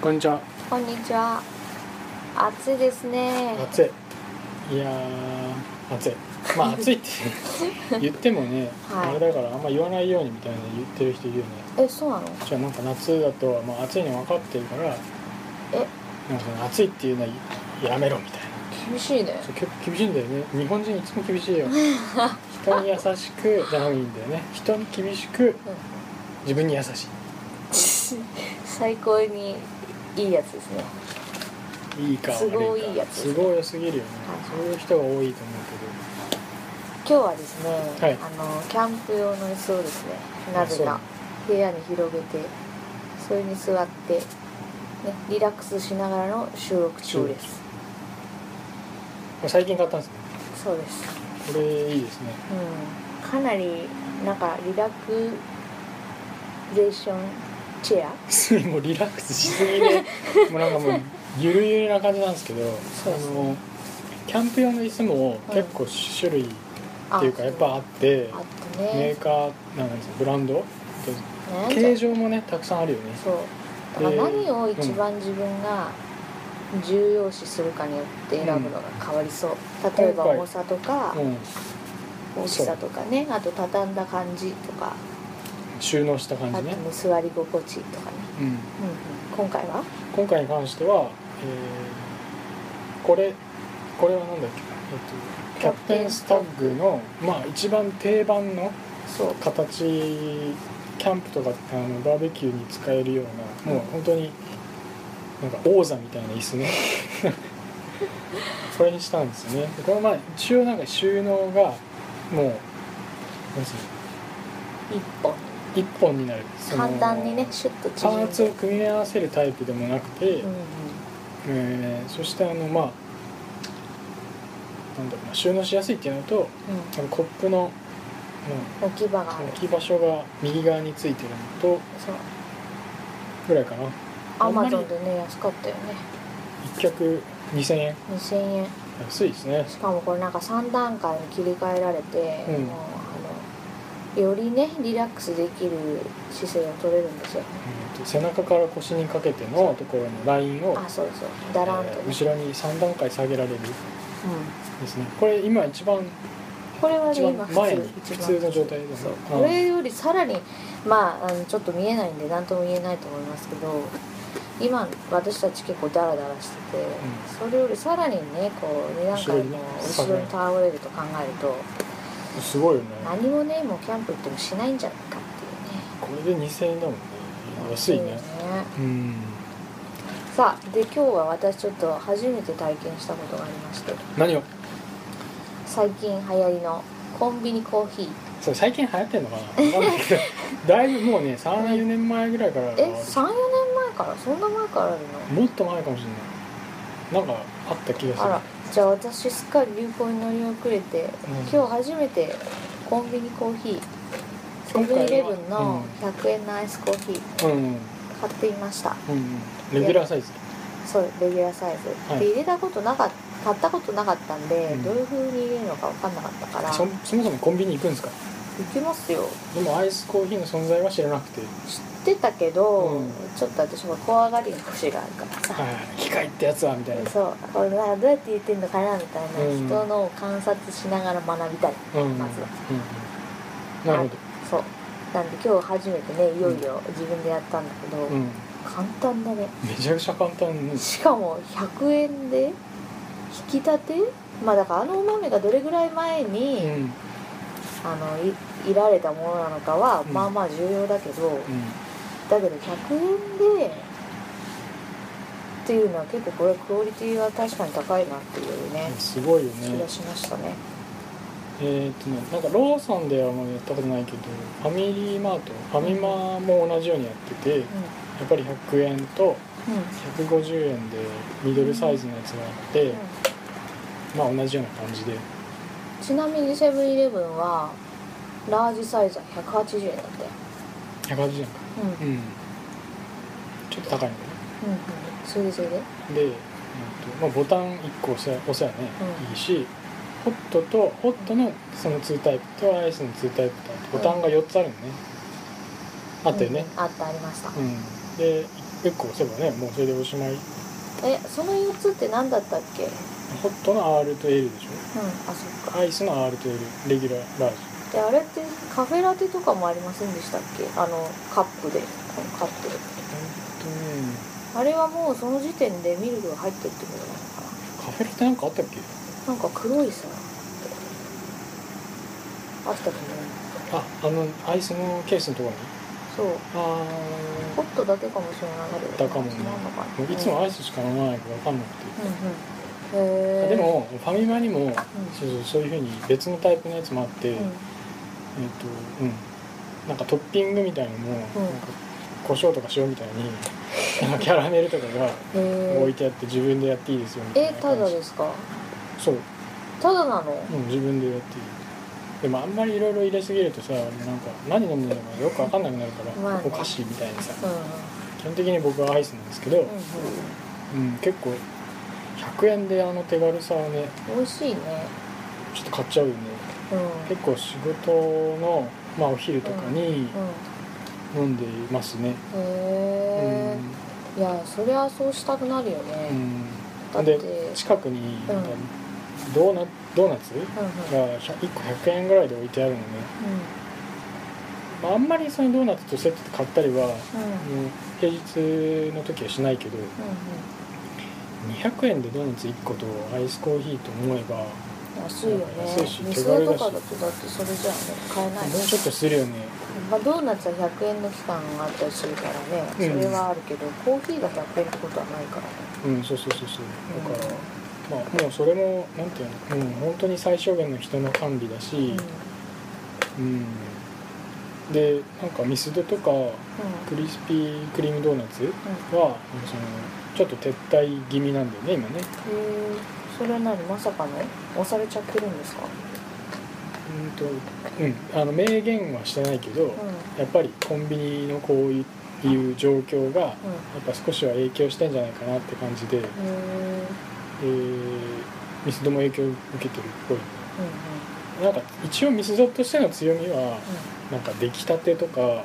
こんにちはこんにちは。暑いですね。暑いいやー暑いまあ暑いって言って もね、はいあれだからあんま言わないようにみたいな言ってる人いるよねえ、そうなの？じゃあなんか夏だと、まあ、暑いの分かってるからえ、なんかその暑いっていうのはやめろみたいな厳しいね。そう結構厳しいんだよね日本人いつも厳しいよ人に優し くじゃないんだよね人に厳しく自分に優し最高にいいやつですね。いいいか悪いか都合いいやつ都合良すぎるよねはいそういう人が多いと思う今日はですね、はいあのキャンプ用の椅子をですね、なぜかあ部屋に広げて、それに座って、ね、リラックスしながらの収録中です。けど最近買ったんですねそうです。これいいですねうん。かなりなんかリラクゼーションチェア。すごいもうリラックスしす ぎでもうなんかもうゆるゆるな感じなんですけどそうですねあのキャンプ用の椅子もはい結構種類っていうかあやっぱあってあったメねー。カーなんですよブランド悩んじゃう形状もねたくさんあるよねそうだからで何を一番自分が重要視するかによって選ぶのが変わりそう、例えば今回重さとかうん大きさとかねあと畳んだ感じとか収納したあ感とじねね、座り心地とかね、うん、うんうん、今回は今回に関しては、えーこれこれはなんだっけ、えっと、キャプテンスタッグのまあ一番定番のそう形キャンプとかあのバーベキューに使えるようなもう本当になんか王座みたいな椅子 ねこれにしたんですよねでこの前一応なんか収納がもうなんつうの一本一本になるその簡単にねシュッとパ縮ーんツをで、組み合わせるタイプでもなくて、うんうん、えーそしてあのまあなんだろうな収納しやすいっていうのとあのコップの、うん、置き場があうん、る置き場所が右側についてるのとそうぐらいかなアあんまマりゾンでね安かったよね1脚2000円2000円安いですねしかもこれなんか3段階に切り替えられて、うんもうあのよりねリラックスできる姿勢を取れるんですようんと背中から腰にかけてのところのラインをあそうそうだらんと、えーね後ろに3段階下げられるうんですねこれ今一番これは一ね今番普前通に普通の状態ですそうねこれよりさらにまああのちょっと見えないんで何とも言えないと思いますけど今私たち結構ダラダラしてて、それよりさらにねこう2段階の後後ろろににね倒れると考えるとうんすごいよね何もねもうキャンプ行ってもしないんじゃないかっていうねこれで2000円だもんね安いそうよねうんさあで今日は私ちょっと初めて体験したことがありまして何を最近流行りのコンビニコーヒーそう最近流行ってんのかな分かんないけ どだいぶもうね34年前ぐらいからえ34年前からそんな前からあるのもっと前かもしれないなんかあった気がすあるらじゃあ私すっかり流行に乗り遅れて、うん今日初めてコンビニコーヒーセブンイレブンの100円のアイスコーヒーうんうん買っていましたうんレギュラーサイズそうレギュラーサイズ、はいで入れたことなかった買ったことなかったんで、うんどういう風に入れるのか分かんなかったからそ行そもそもコンビニ行くんですかきますよでもアイスコーヒーの存在は知らなくて、知ってたけど、うんちょっと私も怖がりの節があるからさ、はい、機械ってやつはみたいな、そうこれはどうやって言ってんのかなみたいな、うん人のを観察しながら学びたいうんまずはうん、なるほど、そうなんで今日初めてねいよいよ自分でやったんだけど、うん、簡単だねめちゃくちゃ簡単にしかも100円で引き立てまあだからあのお豆がどれぐらい前に、うんうんあのいいられたものなのかは、うんまあまあ重要だけど、だけど100円でっていうのは結構これクオリティは確かに高いなっていうねすごいよ気ねがしましたねえーっとねなんかローソンではもうやったことないけどファミリーマートファミマも同じようにやっててやっぱり100円とうんうん150円でミドルサイズのやつがあって、まあ同じような感じでちなみにセブンイレブンはラージサイズは180円だって180円かうんうんう、んちょっと高いのかうん、それでそれでなで、えーっとまあ、ボタン1個押せ押せばね、うんいいしホットとホットのその2タイプとアイスの2タイプとあとボタンが4つあるのね、あったよね、うんあったありましたうん、で結構そうだねもうそれでおしまいえその4つって何だったっけうんホットの R と L でしあそっょかアイスの R と L レギュラーラージであれってカフェラテとかもありませんでしたっけあのカップでこのカップえでっとねあれはもうその時点でミルクが入ってるってことなのかカフェラテなんかあったっけななんか黒いさあったと思うああのアイスのケースのところにそうあホットだけかもしれないけあだどかもね違うのかなもういつもアイスしか飲まないから分かんなくてうんうんへでえもファミマにもそうそうそういうふうに別のタイプのやつもあって、うんえっ、とうんなんかトッピングみたいのも、なんか胡椒とか塩みたいになんかキャラメルとかがへ置いーてあって自分でやっていいですよみたいなえただですかそう、ただなの、うん、自分でやっていいでもあんまりいろいろ入れすぎるとさなんか何飲んでるのかよく分かんなくなるから、まあねお菓子みたいにさうんうん基本的に僕はアイスなんですけど、ううん、結構100円であの手軽さはねん、美味しいねちょっと買っちゃうよねうん結構仕事の、まあ、お昼とかにうん飲んでますねうん、へえいやそりゃそうしたくなるよね、うだん、ってでうん近くになんかドーナドーナツうんが100 1個100円ぐらいで置いてあるのね、まあ、あんまりそのドーナツとセットで買ったりは、うんうんうん平日の時はしないけどう200円でドーナツ1個とアイスコーヒーと思えばもん、安いよね安いし手店軽とだしかだとだってそれじゃあね買えないうちょっとするよねまあ、ドーナツは100円の期間があったりするからねそうんれはあるけど、コーヒーが100円ってことはないからねうんそうそうそうそううんだから、まあ、もうそれもなんていうの、うん、本当に最小限の人の管理だうんしうん、うん、でなんかミスドとかクリスピークリームドーナツは、そのちょっと撤退気味なんだよね今ねへえそれは何まさかの押されちゃってるんですかうんと、うん、あの明言はしてないけど、うんうんやっぱりコンビニのこういう状況がやっぱ少しは影響してんじゃないかなって感じで、へええーミスドも影響を受けてるっぽいうんうなんんか一応ミスドとしての強みはなんか出来たてとかうんうん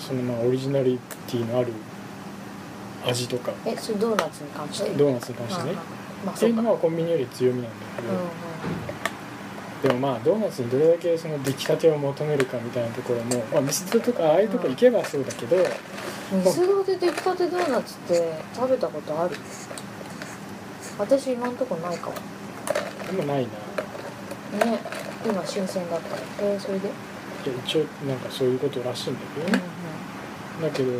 そのまあオリジナリティのある味とかうんえそれドーナツに関してドーナツに関してねああまあってそいううかのはコンビニより強みなんだけうどんう、んうんでもまあドーナツにどれだけその出来たてを求めるかみたいなところも、まあ、ミスドとかああいうとこ行けばそうだけど、水道で出来たてドーナツって食べたことある私今んとこないかもでもないなね今新鮮だったえー、それで、いや一応なんかそういうことらしいんだけどうんうねん、だけど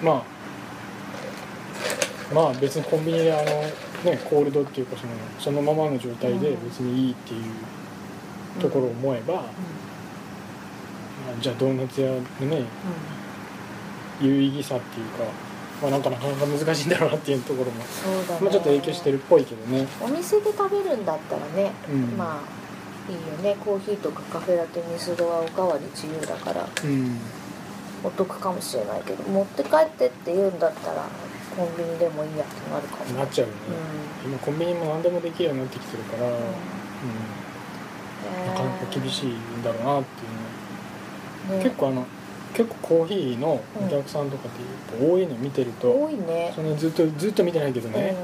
まあまあ別にコンビニであのねコールドっていうかそのそのままの状態で別にいいっていうところを思えば、まあじゃあドーナツ屋のねう有意義さっていうか、まあ、なんかなかなか難しいんだろうなっていうところも、んそうだねまあ、ちょっと影響してるっぽいけどね、お店で食べるんだったらね、うんまあいいよねコーヒーとかカフェラテミスドはおかわり自由だからうん、お得かもしれないけど持って帰ってって言うんだったらコンビニでもいいやってなるかもなっちゃうよね、う今コンビニも何でもできるようになってきてるから、うんん、なかなか厳しいんだろうなっていうのはね結構あの結構コーヒーのお客さんとかって多いの見てると、多いねそのずっとずっと見てないけどね、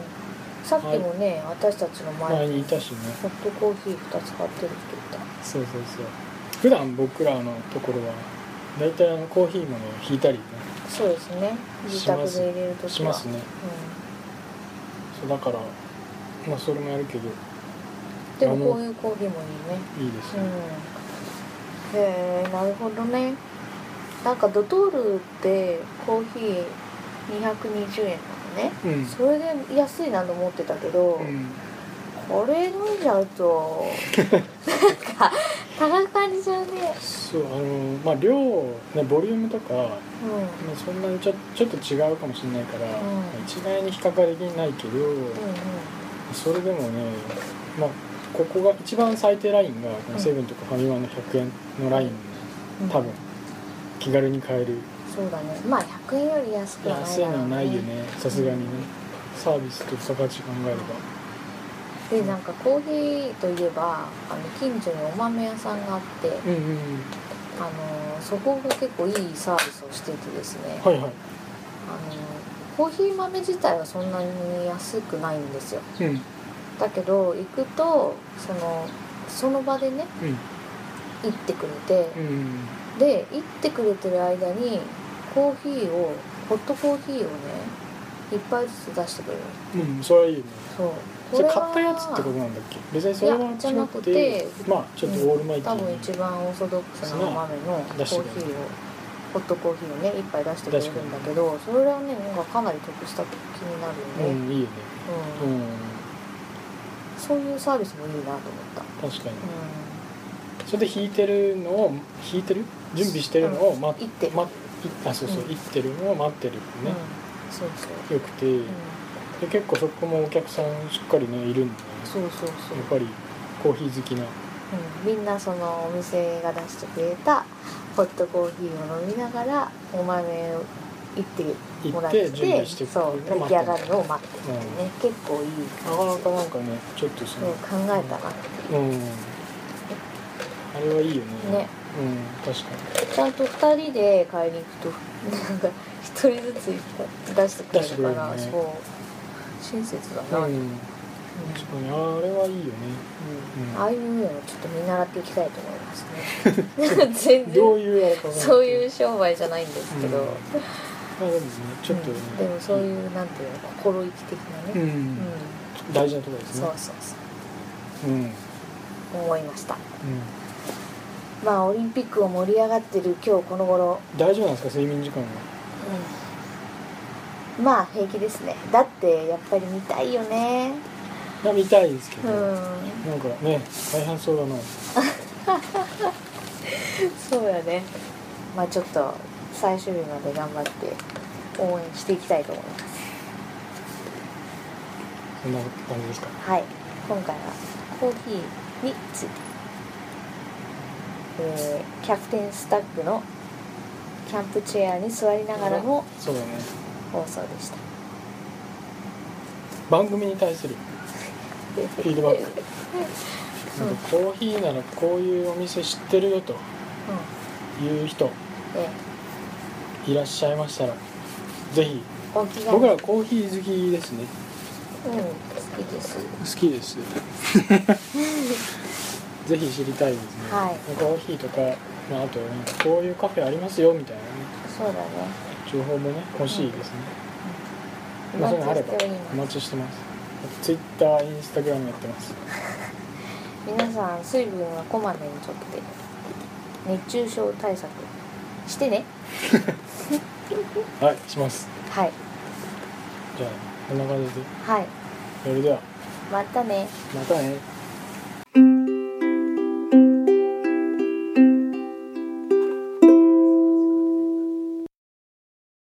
うん、さっきもね、私たちの前前ににいたしねホットコーヒー2つ買ってるって言っそうそうそう普段僕らのところは大体あのコーヒーもね引いたりねたそうですね自宅で入れるとしきまはすねそうだからまあそれもやるけどうん、でもこういうコーヒーもいいねいいですうんね、へえなるほどねなんかドトールってコーヒー220円なのねうんそれで安いなと思ってたけど、うんこれ飲んじゃう となんか高く感じちゃうねそうあのまあ量、ね、ボリュームとか、まうんうあ、んそんなにちょちょっと違うかもしれないから、うんまあ一概に比較はできないけど、それでもね、まあ、ここが一番最低ラインがこのセブンとかファミマの100円のラインうん多分気軽に買えるそうだねまあ100円より安くはない安いだろうねのはないよねさすがにねサービスと付加価値考えればでなんかコーヒーといえばあの近所にお豆屋さんがあってうんうんあのそこが結構いいサービスをしててですね、はいはいあのコーヒー豆自体はそんなに安くないんですようんうんだけど行くとそのその場でね行ってくれてうんで行ってくれてる間にコーヒーをホットコーヒーをねいっぱいずつ出してくれるうんそれはいいねそうそれは買ったやつってことなんだっけ別にそれはいやじゃ違なくくててまあちょっとオールマイテ多ィ分ー一番オーソドックスなお豆のコー出しヒてーをくれるホットコーヒーをね一杯出してくれるんだけどそれはねなんかかなり得した気になるよね、うんいいよねうんうんそういうサービスもいいなと思った、確かにうそれで弾いてるのを弾いてる準備してるのを待っん、行ってま、あそうそううん行ってるのを待ってるうんね、そうそう、よくて、うん、で結構そこもお客さんしっかりねいるんで、ね、そうそうそうやっぱりコーヒー好きなうん、みんなそのお店が出してくれたホットコーヒーを飲みながらお豆を行っても行らっってて準備してくそうれる出来上がるのを待ってるね、結構いいなかなかなんかねちょっとそねの、考えたなっていう、うんあれはいいよねねうん確かちゃんと2人で買いに行くとなんか1人ずついっぱい出してくれ出してくれるるからねそう親切だな、うんに、うん、確かにあれはいいよねうんああいうのをちょっと見習っていきたいと思います ね全どう然いうあれかわかんないそういう商売じゃないんですけど、うんまあでもねちょっとね、うんでもそういうなんていうの心意気的なうね、ん、うん大事なところですそねうそうそううん、うん、思いましたまあオリンピックを盛り上がってる今日この頃、大丈夫なんですか睡眠時間はうん、まあ平気ですねだってやっぱり見たいよねいや見たいですけど、うんなんかね大変そうだなそうやねまあちょっと最終日まで頑張って応援していきたいと思いますそんな感じですかはい今回はコーヒーについて、えー、キャプテンスタッフのキャンプチェアに座りながらのそうだね放送でした番組に対するフィードバックなんかコーヒーならこういうお店知ってるよとうんいう人えいらっしゃいましたらぜひー、お気軽に僕うらんコーヒー好きですね好きです好きですぜひ知りたいですね、はいコーヒーとか、まあ、あとなんかこういうカフェありますよみたいなね そうだね情報もね欲しいですね、おまあ、そう待いうのあれちしばておりおます待ちしてますツイッターインスタグラムやってます皆さん水分はこまめにとって熱中症対策してねはいしますはいじゃあこんな感じではいそれではまたねまたねうん